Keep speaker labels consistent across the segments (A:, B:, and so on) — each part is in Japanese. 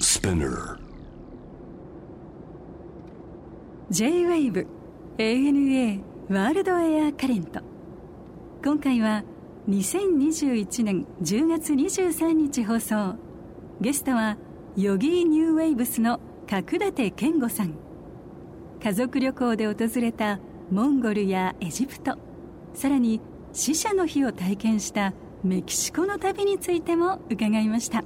A: Spinner.
B: J-WAVE ANA ワールドエアカレント今回は2021年10月23日放送ゲストはヨギーニューウェイブスの角館健吾さん家族旅行で訪れたモンゴルやエジプトさらに死者の日を体験したメキシコの旅についても伺いました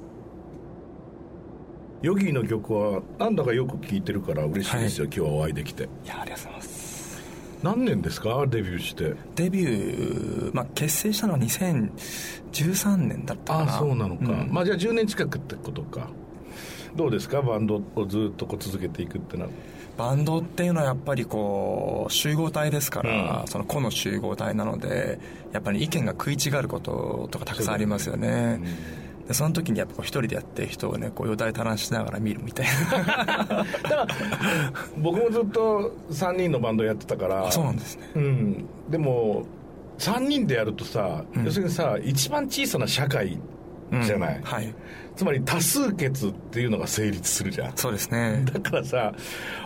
C: ヨギーの曲はなんだかよく聴いてるから嬉しいですよ、今日お会いできて
D: いやありがとうございます
C: 何年ですかデビューして
D: デビュー、まあ、結成したのは2013年だったか
C: あ
D: な
C: あそうなのか、
D: ん
C: まあじゃあ10年近くってことかどうですかバンドをずっとこう続けていくってな
D: バンドっていうのはやっぱりこう集合体ですから、
C: うん
D: その個の集合体なのでやっぱり意見が食い違うこととかたくさんありますよねでその時にやっぱこう一人でやってる人をねこうよだれ垂らしながら見るみたい
C: 僕もずっと3人のバンドやってたか
D: な
C: ら
D: あそうなんですね
C: うんでも3人でやるとさ、要するにさ一番小さな社会
D: うん
C: じゃない、
D: はい
C: つまり多数決っていうのが成立するじゃん
D: そうですね
C: だからさ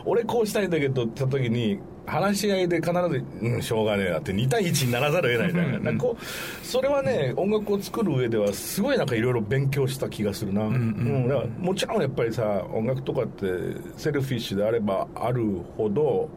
C: 俺こうしたいんだけどって言った時に話し合いで必ず「うんしょうがねえな」って2対1にならざるを得ないじゃんなんかこうそれはね音楽を作る上ではすごいなんかいろいろ勉強した気がするな、うんだからもちろんやっぱりさ音楽とかってセルフィッシュであればあるほど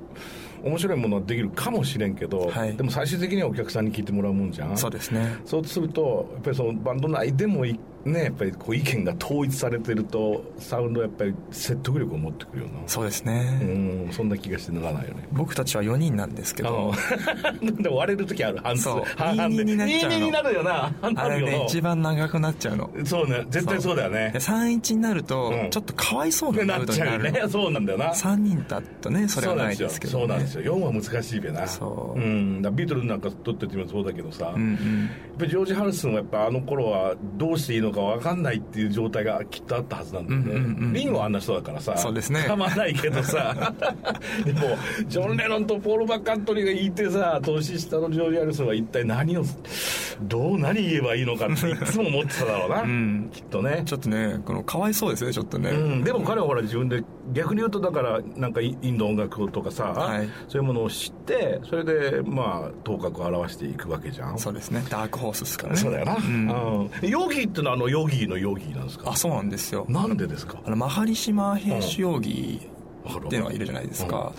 C: 面白いものはできるかもしれんけど、
D: はい
C: でも最終的にはお客さんに聞いてもらうもんじゃん
D: そうですね
C: そうすると、やっぱりそのバンド内でもいね、やっぱりこう意見が統一されてると、サウンドはやっぱり説得力を持ってくるよな。
D: そうですね、
C: うん、そんな気がしてならないよね。
D: 僕たちは4人なんですけ
C: あ
D: ど
C: の、でも割れる時ある、半数。
D: そう
C: 半々で。
D: 二二になっちゃうの
C: 二二になるよな。
D: あれ
C: なるよ
D: ね
C: な
D: 一番長くなっちゃうの
C: そうね、絶対そうだよね
D: で。31になると、
C: うん
D: ちょっとかわいそう
C: ね
D: な
C: な
D: ム
C: っ
D: ードに
C: ちゃ
D: な
C: うよ
D: る
C: ね。そうなんだよな。
D: 3人だとねそれはないですけど、ね、
C: そうなんですよ。そうなんですよ4は難しいべな。。
D: そうん
C: だからビートルズなんか撮っててもそうだけどさ。
D: うんうん
C: やっぱりジョージ・ハルスンはやっぱあの頃はどうしていいのか分かんないっていう状態がきっとあったはずなんだよね、
D: うんうんうんうん
C: リンゴはあんな人だからさ
D: そうですね
C: 構わないけど さでもジョン・レノンとポール・バッカントリーがいてさ年下のジョージ・ハルスンは一体何をどう何言えばいいのかっていつも思ってただろうな、
D: ん
C: きっとね
D: ちょっとねこのかわいそうですねちょっとね、
C: うん、でも彼はほら自分で逆に言うとだからなんかインド音楽とかさ、
D: はい
C: そういうものを知ってそれでまあ頭角を現していくわけじゃん
D: そうですねダークホースですからね
C: そうだよな、
D: ん
C: うんヨギーってのはあのヨギーのヨギーなんですか
D: あそうなんですよ
C: なんでですか
D: あのマハリシマ兵士容疑
C: わかる
D: っていうのがいるじゃないですか、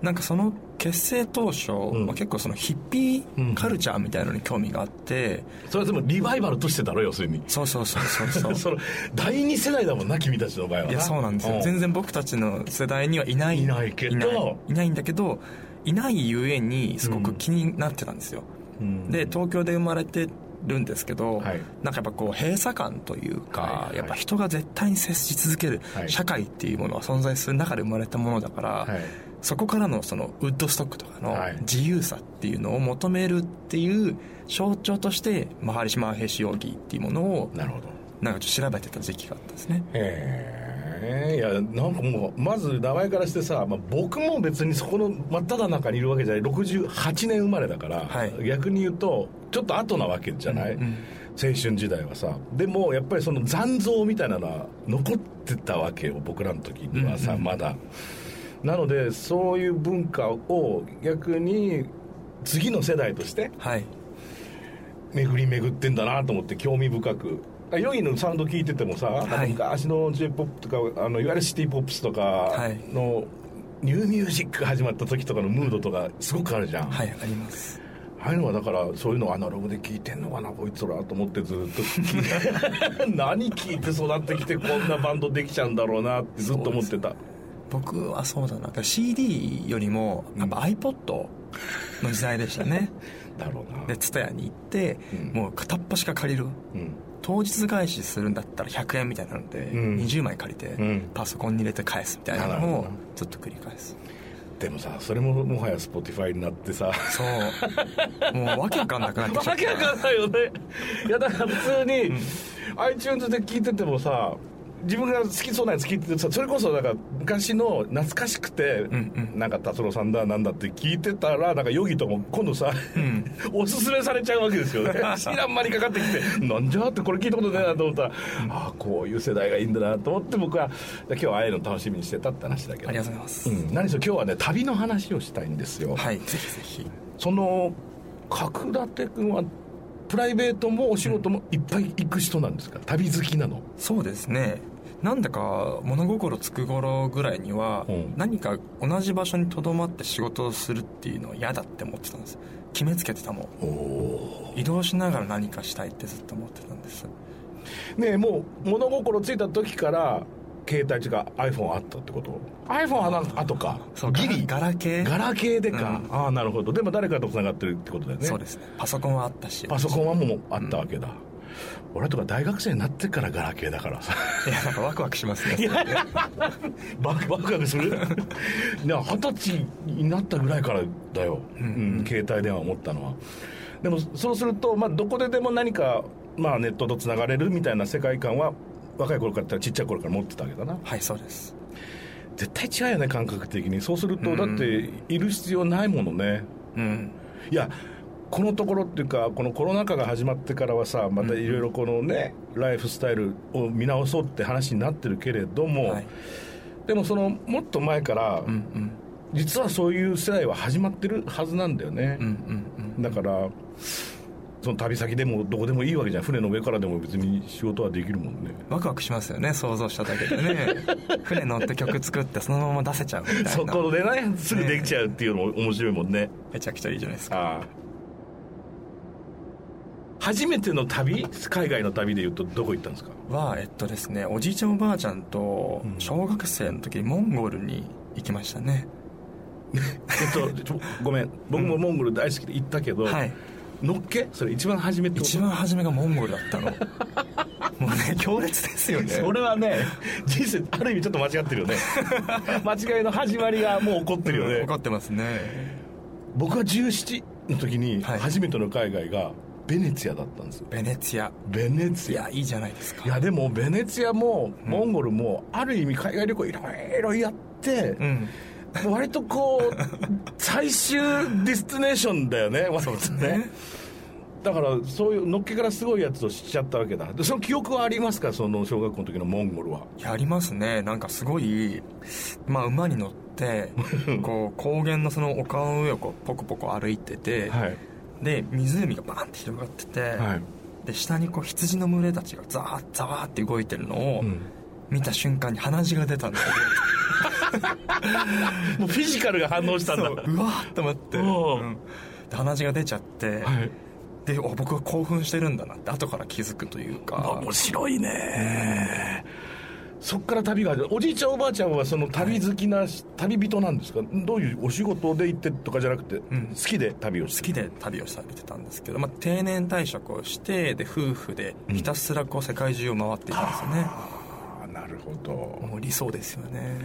D: なんかその結成当初、
C: ん
D: まあ、結構そのヒッピーカルチャーみたいなのに興味があって、
C: それはでもリバイバルとしてだろ要するに
D: そうそうそうそう そ
C: その第二世代だもんな君たちの場合は
D: ういやそうなんですよ、全然僕たちの世代にはいない
C: いないけど
D: いないいないんだけどいないゆえにすごく気になってたんですよ、
C: うん
D: で東京で生まれてるんですけど、
C: はい
D: なんかやっぱこう閉鎖感というか、
C: はいはい
D: やっぱ人が絶対に接し続ける
C: はい
D: 社会っていうものは存在する中で生まれたものだから、
C: はい
D: そこからのそのウッドストックとかの
C: はい
D: 自由さっていうのを求めるっていう象徴としてマハリシマヘシヨギっていうものを
C: なるほど
D: なんかちょっと調べてた時期があったんですね
C: へえいやなんかもうまず名前からしてさ、まあ、僕も別にそこの真っ只中にいるわけじゃない68年生まれだから、
D: はい
C: 逆に言うとちょっと後なわけじゃない、青春時代はさでもやっぱりその残像みたいなのは残ってたわけよ僕らの時にはさ、まだなのでそういう文化を逆に次の世代として
D: はい
C: 巡り巡ってんだなと思って興味深くヨギのサウンド聞いててもさ、
D: はい
C: 昔の j p o p とかあのいわゆるシティ・ポップスとか
D: い
C: の、ニューミュージックが始まった時とかのムードとかすごくあるじゃん、
D: はいあります
C: ああいうのはだからそういうのをアナログで聞いてんのかなこいつらと思ってずっと聞い て何聞いて育ってきてこんなバンドできちゃうんだろうなってずっと思ってた
D: 僕はそうだなだから CD よりもやっぱ iPod の時代でし たね、
C: だろうな
D: で TSUTAYA に行って、
C: うん
D: もう片っ端から借りる
C: うん
D: 当日返しするんだったら100円みたいなので、
C: ん
D: 20枚借りて、
C: ん
D: パソコンに入れて返すみたいなのをずっと繰り返す
C: でもさそれももはや Spotify になってさ
D: そうもうわけわかんなくなってきちゃ
C: わ
D: っ
C: けわ
D: た
C: かんないよねいやだから普通に、iTunes で聞いててもさ自分が好きそうなやつ聞いててそれこそなんか昔の懐かしくて、
D: ん
C: なんか達郎さんだなんだって聞いてたらなんかヨギとも今度さ、
D: ん
C: おすすめされちゃうわけですよね 知らん間にかかってきてなんじゃってこれ聞いたことねえなと思ったら、ああこういう世代がいいんだなと思って僕は今日は会えるの楽しみにしてたって話だけど
D: ありがとうございます
C: ん、何しろ今日はね旅の話をしたいんですよ
D: はいぜひぜひ
C: その角館君はプライベートもお仕事もいっぱい行く人なんですか旅好きなの
D: そうですねなんだか物心つく頃ぐらいには
C: うん
D: 何か同じ場所にとどまって仕事をするっていうのは嫌だって思ってたんです決めつけてたもん移動しながら何かしたいってずっと思ってたんです
C: ねえもう物心ついた時から携帯というか iPhone あったってこと iPhone はなあとか
D: そう
C: ギリ
D: ガラガラケー
C: ガラケーでか、
D: う
C: ああなるほどでも誰かとつながってるってことだよね
D: そうですねパソコンはあったし
C: パ ソコンはもうあったわけだ、俺とか大学生になってからガラケーだからさ
D: いやなんかワクワクしますねそれね
C: バクバクバクするいや二十歳になったぐらいからだよ、うん携帯電話を持ったのはでもそうすると、まあ、どこででも何か、まあ、ネットとつながれるみたいな世界観は若い頃からって言ったらちっちゃい頃から持ってたわけだな
D: はいそうです
C: 絶対違うよね感覚的にそうすると、
D: うん
C: だっている必要ないものね
D: うん
C: いやこのところっていうかこのコロナ禍が始まってからはさまたいろいろこのね、ライフスタイルを見直そうって話になってるけれども、
D: はい
C: でもそのもっと前から、
D: うんうん
C: 実はそういう世代は始まってるはずなんだよね
D: うんう、ん
C: だからその旅先でもどこでもいいわけじゃん船の上からでも別に仕事はできるもんね
D: うんワクワクしますよね想像しただけで ね船乗って曲作ってそのまま出せちゃうみたいな
C: そこでねすぐできちゃうっていうのも面白いもんね
D: めちゃくちゃいいじゃないですか
C: ああ初めての旅海外の旅でいうとどこ行ったんですか
D: はえっとですねおじいちゃんおばあちゃんと
C: うん
D: 小学生の時にモンゴルに行きましたね、
C: えっとちょごめん僕もモンゴル大好きで行ったけど、
D: はい
C: のっけそれ一番初めってこと
D: 一番初めがモンゴルだっ たのもうね強烈ですよね
C: それはね 人生ある意味ちょっと間違ってる よね間違いの始まりがもう起こってるよね、
D: 分かってますね
C: 僕は17の時に
D: はい
C: 初めての海外がベネツィアだったんですよ
D: ベネツィア
C: ベネ
D: い
C: ツィア
D: やいいじゃないですか
C: いやでもベネツィアもモンゴルもある意味海外旅行いろいろやって、
D: うん
C: 割とこ う最終ディスティネーションだよね割とねだからそういうのっけからすごいやつをしちゃったわけだでその記憶はありますかその小学校の時のモンゴルは
D: やりますねなんかすごい、まあ、馬に乗って こう高原のその丘の上をこうポコポコ歩いてて、
C: い
D: で湖がバーンって広がってて、
C: はい
D: で下にこう羊の群れたちがザワッザワーって動いてるのを、
C: うん
D: 見た瞬間に鼻血が出たんですよ
C: もうフィジカルが反応 したんだ
D: そううわーっと思って、
C: おう
D: うんで鼻血が出ちゃって、
C: はい
D: でお僕は興奮してるんだなって後から気づくというか
C: 面白いねそっから旅が始まるおじいちゃんおばあちゃんはその旅好きなし旅人なんですかどういうお仕事で行ってとかじゃなくて、
D: ん
C: 好きで旅をして
D: 好きで旅をされてたんですけど、まあ、定年退職をしてで夫婦でひたすらこう世界中を回っていたんですよね、
C: ああなるほど
D: もう理想ですよね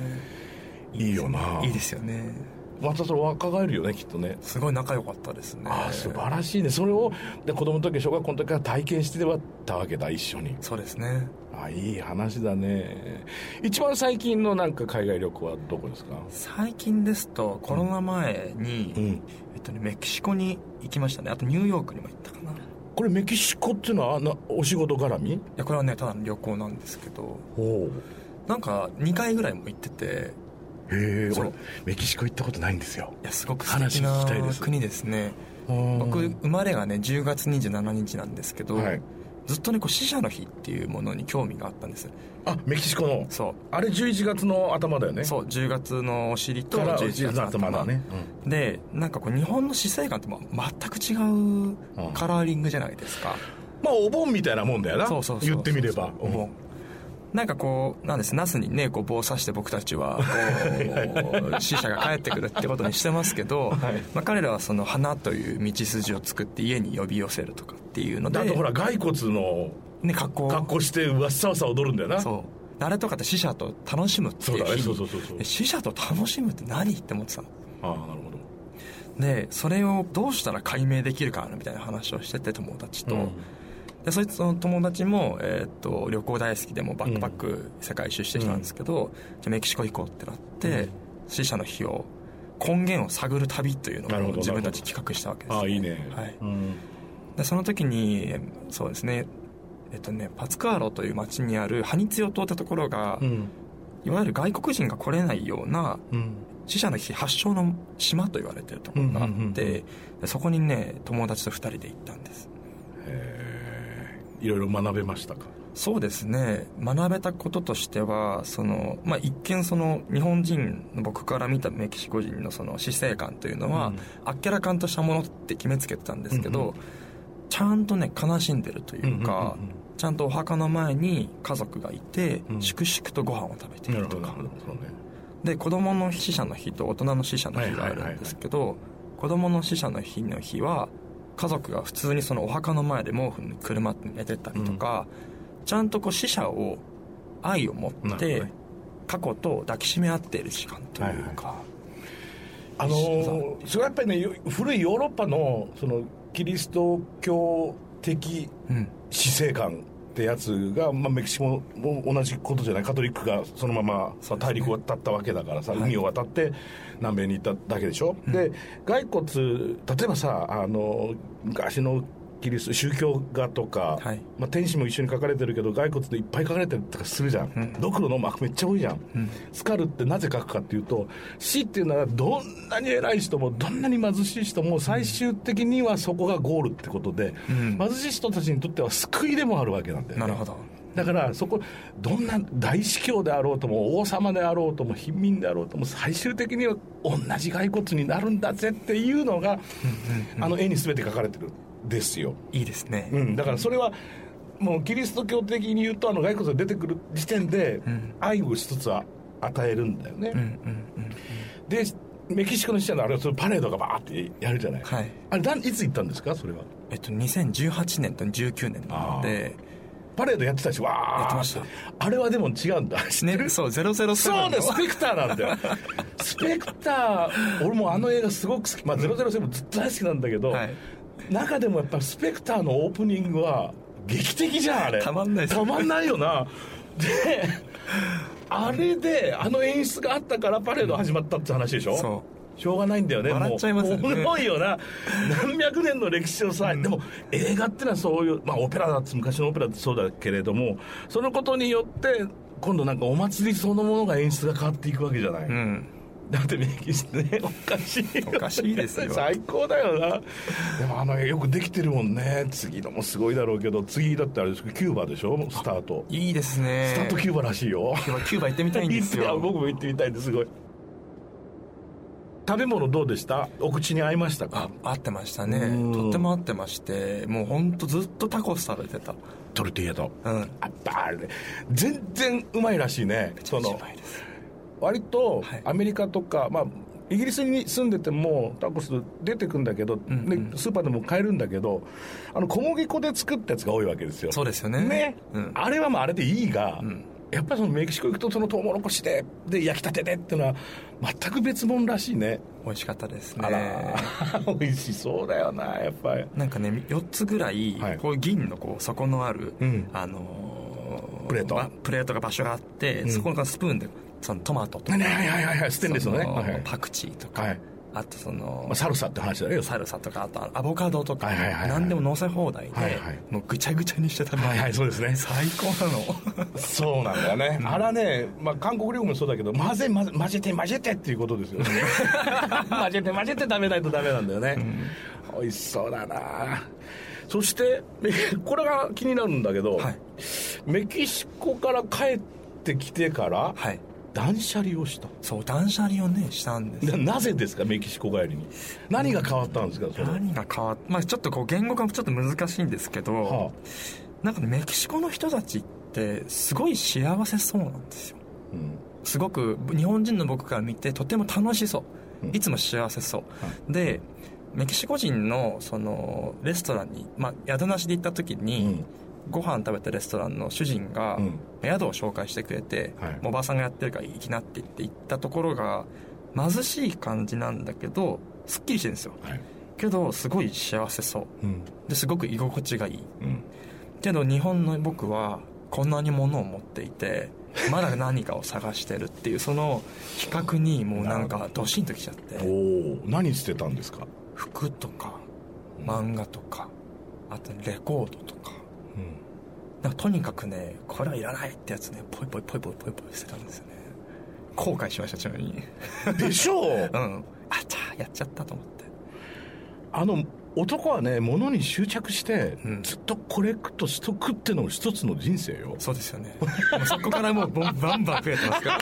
C: いいよない
D: いですよね
C: またそれ若返るよねきっとね
D: すごい仲良かったですね
C: ああ素晴らしいねそれをで子供の時小学校の時から体験してはったわけだ一緒に
D: そうですね
C: ああいい話だね一番最近のなんか海外旅行はどこですか
D: 最近ですとコロナ前に、
C: ん
D: えっとね、メキシコに行きましたねあとニューヨークにも行ったかない
C: これメキシコっていうのはなお仕事絡み
D: やこれはねただの旅行なんですけど
C: おお
D: なんか2回ぐらいも行ってて
C: へえ
D: そう
C: 俺メキシコ行ったことないんですよ
D: いやすごく素
C: 話
D: 敵な
C: 聞きたいです
D: 国ですね僕
C: 僕
D: 生まれがね10月27日なんですけど、
C: はい
D: ずっとねこう死者の日っていうものに興味があったんです
C: あメキシコの
D: そ
C: あれ11月の頭だよね
D: うそう10月のお尻と
C: から11
D: 11月
C: 月
D: の
C: の
D: 頭
C: 頭だね、
D: でなんかこう日本の死生観ってもう全く違うカラーリングじゃないですか、
C: まあお盆みたいなもんだよな
D: そうそうそう
C: 言ってみれば
D: そうそうなんかこうなんですナスにねこう棒を刺して僕たちはこ う死者が帰ってくるってことにしてますけど、
C: はい
D: まあ、彼らはその花という道筋を作って家に呼び寄せるとかっていうので
C: だとほら骸骨の
D: ね、格好
C: 格好してわっさわさ踊るんだよな
D: そうあれとかって死者と楽しむっていう
C: そうだね
D: 日
C: そうそうそうそう
D: で死者と楽しむって何って思ってたの
C: ああなるほど
D: でそれをどうしたら解明できるかなみたいな話をしてて友達と、
C: うん
D: ででそいつの友達も、えーっと旅行大好きでもうバックパック世界一周してきたんですけど、じゃあメキシコ行こうってなって、死者の日を根源を探る旅という
C: なる
D: の
C: ほ
D: を
C: ど
D: 自分たち企画したわけです
C: ああいいね、
D: はい
C: うん
D: でその時にえーそうですねえっとねパツカーロという町にあるハニツヨ島ってところが、
C: うん
D: いわゆる外国人が来れないような
C: うん
D: 死者の日発祥の島と言われてるところがあっ
C: う
D: て、
C: んうんうん
D: でそこにね友達と2人で行ったんです
C: へえいろいろ学べましたか
D: そうですね学べたこととしてはその、まあ、一見その日本人の僕から見たメキシコ人のその死生観というのは、
C: うん
D: あっけらかんとしたものって決めつけてたんですけ
C: う
D: ど、
C: んう
D: ちゃんとね悲しんでるというか、
C: うんうんうんうん
D: ちゃんとお墓の前に家族がいて、
C: うん
D: 粛々とご飯を食べているとか
C: そうね
D: で子供の死者の日と大人の死者の日があるんですけど、子供の死者の日の日は家族が普通にそのお墓の前で毛布にくるまって寝てたりとか、ちゃんとこう死者を愛を
C: な
D: 持っ
C: るほど
D: て
C: ね
D: 過去と抱きしめ合っている時間というか、
C: あのーそれはやっぱりねよ古いヨーロッパのそのキリスト教的
D: うん
C: 死生観ってやつが、まあ、メキシコも同じことじゃないカトリックがそのままさ大陸を渡ったわけだからさ、
D: はい
C: 海を渡って南米に行っただけでしょ、で骸骨例えばさあの昔のキリスト宗教画とか、
D: はい
C: まあ、天使も一緒に書かれてるけど骸骨でいっぱい書かれてるとかするじゃん、
D: うん
C: ドクロの膜めっちゃ多いじゃん、
D: うん
C: スカルってなぜ書くかっていうと死っていうのはどんなに偉い人もどんなに貧しい人も最終的にはそこがゴールってことで、
D: うん
C: 貧しい人たちにとっては救いでもあるわけなんだよね
D: なるほど
C: だからそこどんな大司教であろうとも王様であろうとも貧民であろうとも最終的には同じ骸骨になるんだぜっていうのが、あの絵に全て書かれてるんですよ、
D: いいですね、
C: うん、だからそれはもうキリスト教的に言うとあの骸骨が出てくる時点で
D: ん
C: 愛を一つは与えるんだよね、
D: うんうんうん
C: でメキシコの死者のあれはそのパレードがバーってやるじゃない、
D: はい
C: あれだいつ行ったんですかそれは
D: えっと2018年と19年なので
C: パレードやってたしわー
D: やってました
C: あれはでも違うんだ知ってる、
D: ねそう007の
C: そうねスペクターなんだよスペクター俺もあの映画すごく好き、まあ、007もずっと大好きなんだけど、
D: はい
C: 中でもやっぱスペクターのオープニングは劇的じゃんあれ
D: たまんないです
C: たまんないよなであれであの演出があったからパレード始まったって話でしょ
D: そう
C: しょうがないんだよね
D: 笑っちゃいますよね
C: もう重いよな何百年の歴史をさ、でも映画ってのはそういう、まあ、オペラだって昔のオペラってそうだけれどもそのことによって今度なんかお祭りそのものが演出が変わっていくわけじゃない、
D: うん
C: だってメキシコねおかしいよね
D: おかしいですよ
C: 最高だよなでもあのよくできてるもんね次のもすごいだろうけど次だってあれですキューバでしょスタート
D: いいですね
C: スタートキューバらしいよ
D: キューバキューバ行ってみたいんです
C: いや
D: よ
C: 僕も行ってみたいですすごい食べ物どうでしたお口に合いました
D: あ
C: か
D: 合ってました
C: うん
D: ねとっても合ってましてもうほんとずっとタコス食べてた
C: トルティーヤと
D: うん
C: あバール全然うまいらしいねその
D: 一枚です
C: 割と
D: はい
C: アメリカとか、まあイギリスに住んでてもタコス出てくんだけど、
D: んうん
C: ね、スーパーでも買えるんだけどあの小麦粉で作ったやつが多いわけですよ
D: そうですよね
C: ね、
D: うん
C: あれはまああれでいいが、
D: ん
C: やっぱりそのメキシコ行くとそのトウモロコシでで焼きたてでっていうのは全く別物らしいね
D: 美味しかったです
C: あ
D: ね
C: ら、 美味しそうだよなやっぱり
D: なんかね4つぐらい
C: はい
D: こう銀のこう底のある、
C: うん
D: あのー
C: プレート
D: ばプレートが場所があって、
C: ん
D: そこがスプーンでそのトマトと
C: は
D: か、
C: いはいはいはいステンレスのね
D: そ
C: はいはい
D: パクチーとか、
C: はい
D: あとその、
C: まあ、サルサって話だよ
D: サルサとかあとアボカドとか、
C: はいはいはいはい
D: 何でも乗せ放題で、
C: はいはい
D: もうぐちゃぐちゃにして食べて、
C: はいはいそうですね
D: 最高なの
C: そうなんだよね、あれはね、まあ、韓国料理もそうだけど混ぜ混ぜ混ぜて混ぜてっていうことです よね混ぜて混ぜて食べないとダメなんだよね、美味しそうだなそしてえこれが気になるんだけど、
D: はい
C: メキシコから帰ってきてから
D: はい
C: 断捨離をした
D: そう断捨離をねしたんです
C: ななぜですかメキシコ帰りに何が変わったんですかその
D: 何が変わっまあちょっとこう言語化もちょっと難しいんですけど、
C: は
D: なんかねメキシコの人たちってすごい幸せそうなんですよ
C: あうん
D: すごく日本人の僕から見てとても楽しそう、
C: うん
D: いつも幸せそう、でメキシコ人のそのレストランに、まあ、宿なしで行った時に、
C: うん
D: ご飯食べたレストランの主人が、
C: うん
D: 宿を紹介してくれて、
C: はい
D: もうおばさんがやってるから行きなって言って行ったところが貧しい感じなんだけどすっきりしてるんですよ
C: はい
D: けどすごい幸せそう
C: うん
D: ですごく居心地がいい
C: うん
D: けど日本の僕はこんなに物を持って いてまだ何かを探してるっていうその比較にもうなんかドシンときちゃって
C: おお何捨てたんですか
D: 服とか漫画とかあとレコードとか
C: うん
D: なんかとにかくねこれはいらないってやつねポイポイポイポイポイポイ捨てたんですよね後悔しましたちなみに
C: でしょう
D: うんあちゃやっちゃったと思って
C: あの男はね物に執着して、
D: うん
C: ずっとコレクトしとくってのも一つの人生よ
D: そうですよねもうそこからもうボンバンバン増えてますか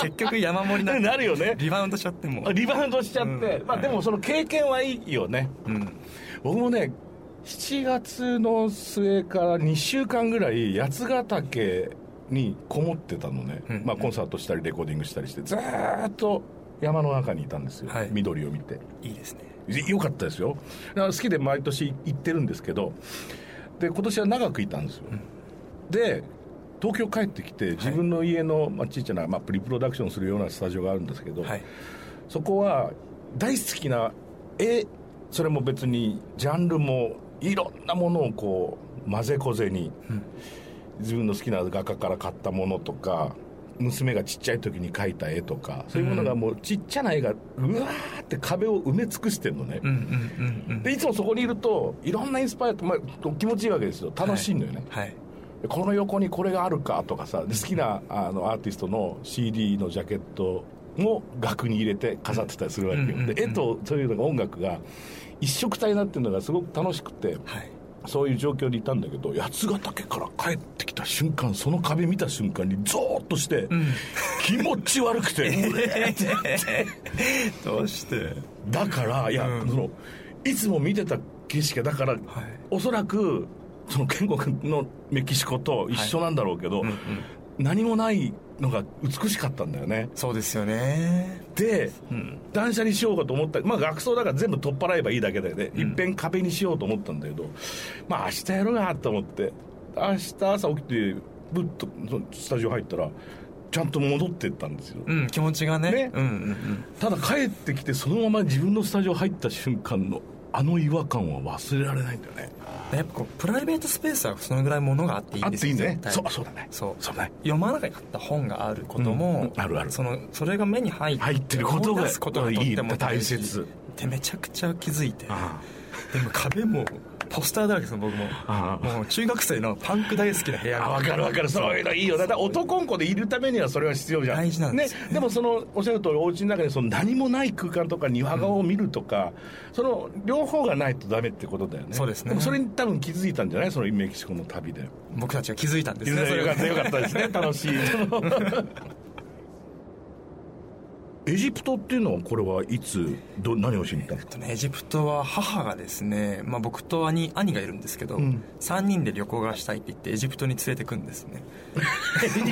D: 結局山盛りになって
C: なるよね
D: リバウンドしちゃってもう
C: リバウンドしちゃって、
D: うん
C: まあ、でもその経験はいいよね
D: うん
C: 僕もね7月の末から2週間ぐらい八ヶ岳にこもってたのね、
D: うん
C: まあ、コンサートしたりレコーディングしたりしてずーっと山の中にいたんですよ、
D: はい
C: 緑を見て
D: いいですね
C: よかったですよだから好きで毎年行ってるんですけどで今年は長くいたんですよ、で東京帰ってきて自分の家の、まあ、ちっちゃな、まあ、プリプロダクションするようなスタジオがあるんですけど、
D: はい
C: そこは大好きな絵それも別にジャンルもいろんなものをこう混ぜこぜに、
D: うん
C: 自分の好きな画家から買ったものとか娘がちっちゃい時に描いた絵とかそういうものがもうちっちゃな絵がうわーって壁を埋め尽くしてんのね、
D: うんうんうんうん
C: でいつもそこにいるといろんなインスパイアと、まあ、気持ちいいわけですよ楽しいのよね、
D: はい
C: でこの横にこれがあるかとかさで好きなあのアーティストの CD のジャケットも額に入れて飾ってたりするわけ
D: うんうんうんう
C: よ
D: ん
C: で絵とそういうのが音楽が一色体になってるのがすごく楽しくて
D: はい
C: そういう状況にいたんだけど八ヶ岳から帰ってきた瞬間その壁見た瞬間にゾーッとして、気持ち悪く てうえー
D: どうして
C: だからいや、
D: うん
C: そのいつも見てた景色がだから、おそらくその健吾君のメキシコと一緒なんだろうけど、
D: うんうん
C: 何もないのが美しかったんだよね
D: そうですよね
C: で
D: うん
C: 断捨離しようかと思ったまあ学装だから全部取っ払えばいいだけだよね、
D: うん
C: いっぺん壁にしようと思ったんだけどまあ明日やるなと思って明日朝起きてぶっとそのスタジオ入ったらちゃんと戻ってったんですよ、
D: うん気持ちがね
C: ね
D: うんうん
C: ただ帰ってきてそのまま自分のスタジオ入った瞬間のあの違和感は忘れられないんだよね
D: うんやっぱこうプライベートスペースはそのぐらいものがあっていい
C: あ
D: ん
C: っ
D: です
C: てい
D: よ
C: いんだね
D: 絶対
C: そうそうだね
D: そう
C: そうだね
D: 読まなかった本があることも、
C: うんあるある
D: そのそれが目に入って
C: 入ってることが
D: 思い出すことがとって
C: い
D: も
C: い大切
D: でめちゃくちゃ気づいて
C: あ
D: でも壁もポスターだらけですよ僕も
C: ああ
D: もう中学生のパンク大好きな部屋
C: あ
D: が
C: 分かる分かるそういうのいいよだから男ん子でいるためにはそれは必要じゃん
D: 大事なんですよね
C: ね、でもそのおっしゃる通りお家の中でその何もない空間とか庭画を見るとか、その両方がないとダメってことだよね
D: そうですね
C: もそれに多分気づいたんじゃないそのメキシコの旅で
D: 僕たちが気づいたんですねそれ
C: よ
D: が
C: かったよかったですね楽しい エジプトっていうのはこれはいつど何をしに行ったん ですか
D: えっとねエジプトは母がですね、まあ、僕と兄兄がいるんですけど、
C: うん
D: 3人で旅行がしたいって言ってエジプトに連れてくんですね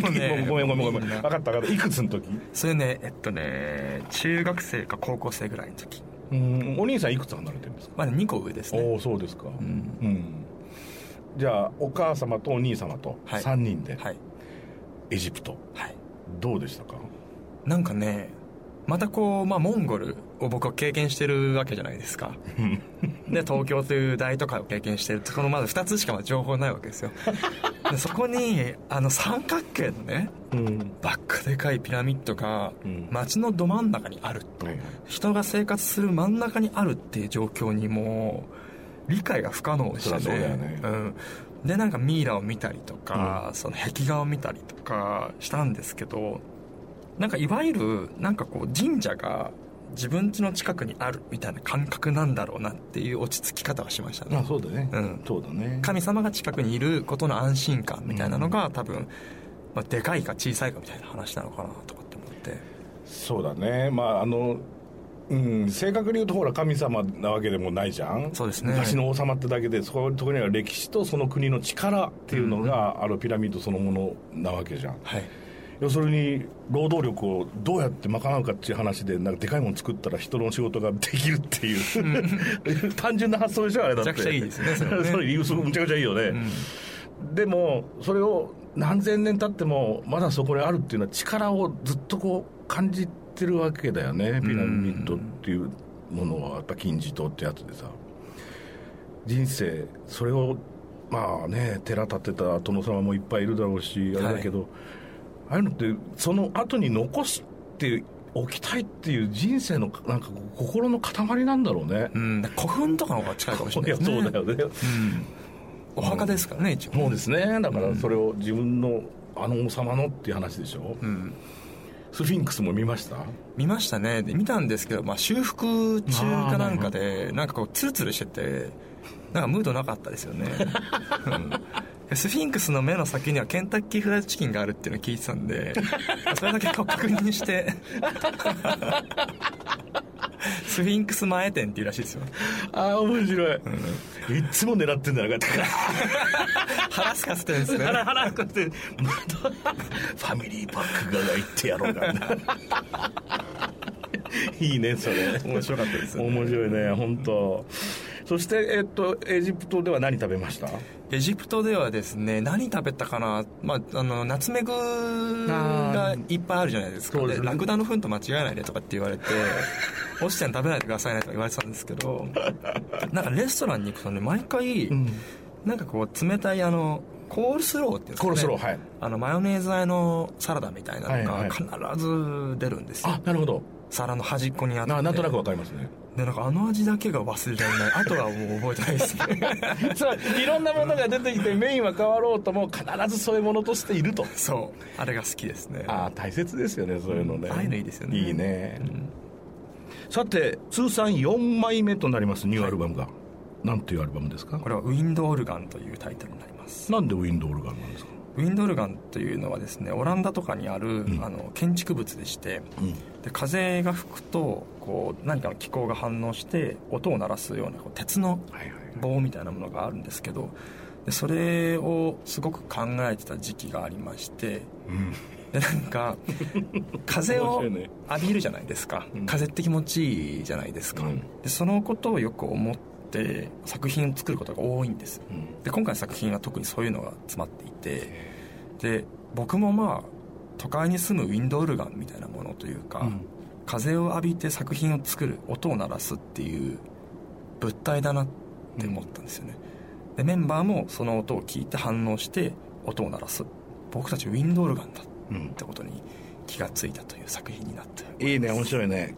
D: もうね
C: ごめんごめんごめん
D: みな
C: 分かった分かったいくつの時
D: それねえっとね中学生か高校生ぐらいの時
C: うんお兄さんいくつ離れてるんですか
D: まあ2個上ですね
C: おおそうですか
D: うん
C: うん、じゃあお母様とお兄様と
D: はい
C: 3人で
D: はい
C: エジプト、
D: はい
C: どうでしたか
D: なんかねまたこう、まあ、モンゴルを僕は経験してるわけじゃないで すかで東京という大都会を経験してるそのまだ2つしかまだ情報ないわ けですよでそこにあの三角形のね
C: うん
D: バックでかいピラミッドが
C: うん
D: 街のど真ん中にある
C: はいはい
D: 人が生活する真ん中にあるっていう状況にもう理解が不可能でしたね
C: そりゃそうだよね
D: うん、でなんかミイラを見たりとか、その壁画を見たりとかしたんですけどなんかいわゆるなんかこう神社が自分家の近くにあるみたいな感覚なんだろうなっていう落ち着き方はしました
C: まあ
D: ね
C: そうだね、
D: うん
C: そうだね
D: 神様が近くにいることの安心感みたいなのが多分、まあ、でかいか小さいかみたいな話なのかなとかって思って
C: そうだねまああのうん、正確に言うとほら神様なわけでもないじゃん
D: そうですね
C: 昔の王様ってだけでそこそこには歴史とその国の力っていうのが、あのピラミッドそのものなわけじゃん
D: はい
C: 要するに労働力をどうやって賄うかっていう話でなんかでかいもの作ったら人の仕事ができるっていう単純な発想でしょあれだって
D: めちゃくちゃいいですね
C: そ
D: それはね
C: れすごいむちゃくちゃいいよね、
D: うん
C: でもそれを何千年経ってもまだそこにあるっていうのは力をずっとこう感じてるわけだよねピラミッドっていうものはやっぱ金字塔ってやつでさ人生それをまあね寺建てた殿様もいっぱいいるだろうしあれだけど、ああいうのってその後に残しておきたいっていう人生のなんかこう心の塊なんだろうね、
D: うん、古墳とかの方が近いかもしれないい
C: や
D: ですね
C: そうだよね、
D: うんお墓ですからね一応
C: そうですねだからそれを自分のあの王様のっていう話でしょ、
D: うん
C: スフィンクスも見ました
D: 見ましたねで見たんですけど、まあ、修復中かなんかでなんかこうツルツルしててなんかムードなかったですよね、うんスフィンクスの目の先にはケンタッキーフライドチキンがあるっていうのを聞いてたん でそれだけこう確認してスフィンクス前店っていうらしいですよ
C: ああ面白い、いつも狙ってんだなかった
D: 腹すかせてるんですね
C: ハラハラこう やってまたファミリーパックが行ってやろうかな いいねそれ
D: 面白かったですよね
C: 面白いね本当そしてえっとエジプトでは何食べました
D: エジプトではですね何食べたかな、まあ、あのナツメグがいっぱいあるじゃないですか
C: そうですね
D: ラクダの糞と間違えないでとかって言わ れて「落ちてん食べないでくださいね」とか言われてたんです けどなんかレストランに行くとね毎回、なんかこう冷たいあのコールスローっていうんですか、ね、
C: コールスローはい
D: あのマヨネーズ和えのサラダみたいなの
C: はいは
D: が
C: い
D: 必ず出るんですよ、
C: あなるほど
D: 皿の端っこにあって
C: ななんとなくわかりますね
D: でなんかあの味だけが忘れられないあとはもう覚えてないですね
C: そういろんなものが出てきてメインは変わろうとも必ずそういうものとしていると
D: そうあれが好きですね
C: ああ大切ですよねそういうのね
D: ああいうのいいですよね
C: いいね、
D: ん
C: さて通算4枚目となりますニューアルバムが、なんていうアルバムですか
D: これはウィンドオルガンというタイトルになります
C: なんでウィンドウオルガンなんですか
D: ウィンドオルガンというのはですねオランダとかにある、
C: ん
D: あの建築物でして
C: う
D: で風が吹くとこう何かの気候が反応して音を鳴らすようなこう鉄の
C: んはいはい
D: 棒みたいなものがあるんですけどでそれをすごく考えてた時期がありまして
C: うん
D: でなん か風を
C: 面白いね
D: 浴びるじゃないですか、
C: うん
D: 風って気持ちいいじゃないですか、
C: うん
D: でそのことをよく思って作品を作ることが多いんですで今回の作品は特にそういうのが詰まっていてで僕もまあ都会に住むウィンドウルガンみたいなものというか、
C: うん
D: 風を浴びて作品を作る音を鳴らすっていう物体だなって思ったんですよね、でメンバーもその音を聞いて反応して音を鳴らす僕たちウィンドウルガンだっ
C: うん
D: てことに気がついたという作品になって
C: いいね面白いね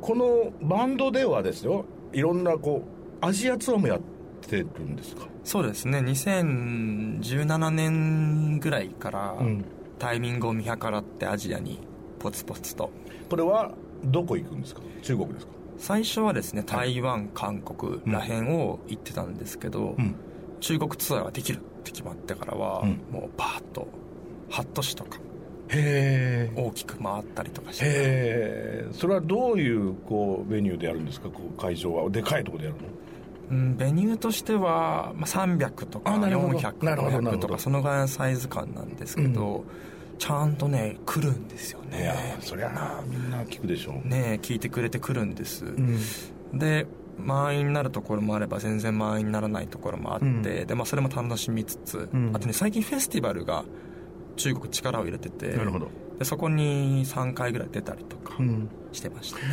C: このバンドではですよいろんなこうアジアツアーもやってるんですか
D: そうですね2017年ぐらいから
C: うん
D: タイミングを見計らってアジアにポツポツと
C: これはどこ行くんですか中国ですか
D: 最初はですね台湾韓国らへんを行ってたんですけど、
C: うん
D: 中国ツアーができるって決まってからは、
C: うん
D: もうパーッと八都市とか
C: へえ
D: 大きく回ったりとかして
C: へえそれはどういうこうメニューでやるんですかこう会場はでかいところでやるの
D: うんベニューとしては、まあ、300とか
C: あなるほど
D: 400
C: なるほどなる
D: 500
C: ほ
D: と
C: ど
D: かそのぐらいのサイズ感なんですけど、ちゃんとね来るんですよ
C: いや
D: ね
C: ーそりゃなみんな聞くでしょう、
D: ね聞いてくれて来るんです、で満員になるところもあれば全然満員にならないところもあって、
C: うん
D: でまあ、それも楽しみつつ、
C: うん
D: あとね最近フェスティバルが中国力を入れてて
C: なるほど、
D: でそこに3回ぐらい出たりとか
C: うん
D: してましたね、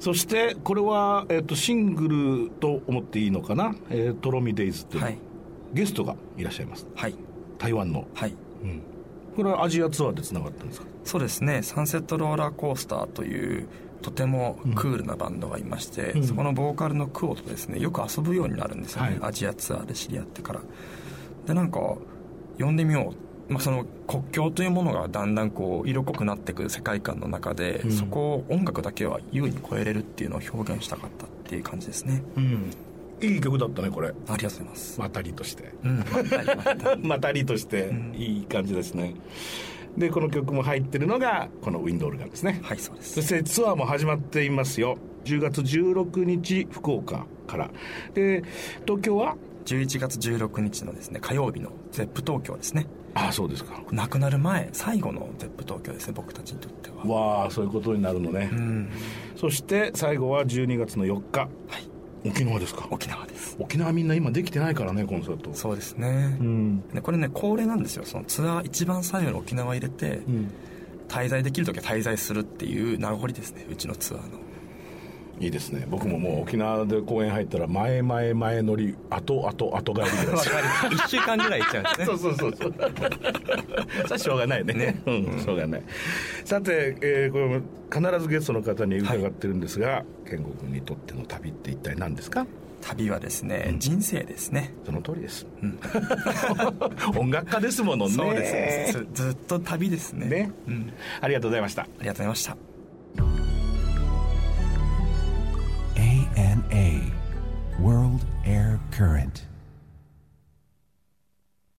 C: そしてこれは、えっとシングルと思っていいのかな「えーとろみデイズ」っていうの、
D: はい
C: ゲストがいらっしゃいます
D: はい
C: 台湾の、
D: はい
C: うんこれはアジアツアーでつながったんですか
D: そうですねサンセットローラーコースターというとてもクールなバンドがいまして、
C: うん
D: そこのボーカルのクオとですねよく遊ぶようになるんですよね、
C: はい
D: アジアツアーで知り合ってからでなんか呼んでみよう、まあ、その国境というものがだんだんこう色濃くなってくる世界観の中で、
C: ん
D: そこを音楽だけは優位に超えれるっていうのを表現したかったっていう感じですね
C: うんいい曲だったねこれ
D: ありがとうございます、
C: またりとして
D: うんまったりまった り
C: またりとしていい感じですね、でこの曲も入ってるのがこの「ウィンドウルガン」ですね
D: はいそうです
C: そしてツアーも始まっていますよ10月16日福岡からで東京は
D: 11月16日のですね火曜日の ZEP 東京ですね
C: ああそうですか
D: 亡くなる前最後の ZEP 東京ですね僕たちにとっては
C: わあそういうことになるのね、
D: うん
C: そして最後は12月の4日
D: はい
C: 沖縄ですか
D: 沖縄です
C: 沖縄みんな今できてないからねコンサート
D: そうですね、
C: ん
D: でこれね恒例なんですよそのツアー一番最後に沖縄入れて、滞在できる時は滞在するっていう名残ですねうちのツアーの
C: いいですね僕ももう沖縄で公園入ったら前前前乗り後後後帰りぐらいです
D: 1週間ぐらい行っちゃうん ですね
C: そうそうそうそうさあしょうがないねうん、しょうがないさて、えーこれも必ずゲストの方に伺ってるんですが、健吾君にとっての旅って一体何ですか
D: 旅はですね、人生ですね
C: その通りです、 音楽家ですものね
D: そうですねずずっと旅ですね
C: ね
D: うん、
C: ありがとうございました
D: ありがとうございました
A: ANA World Air Current.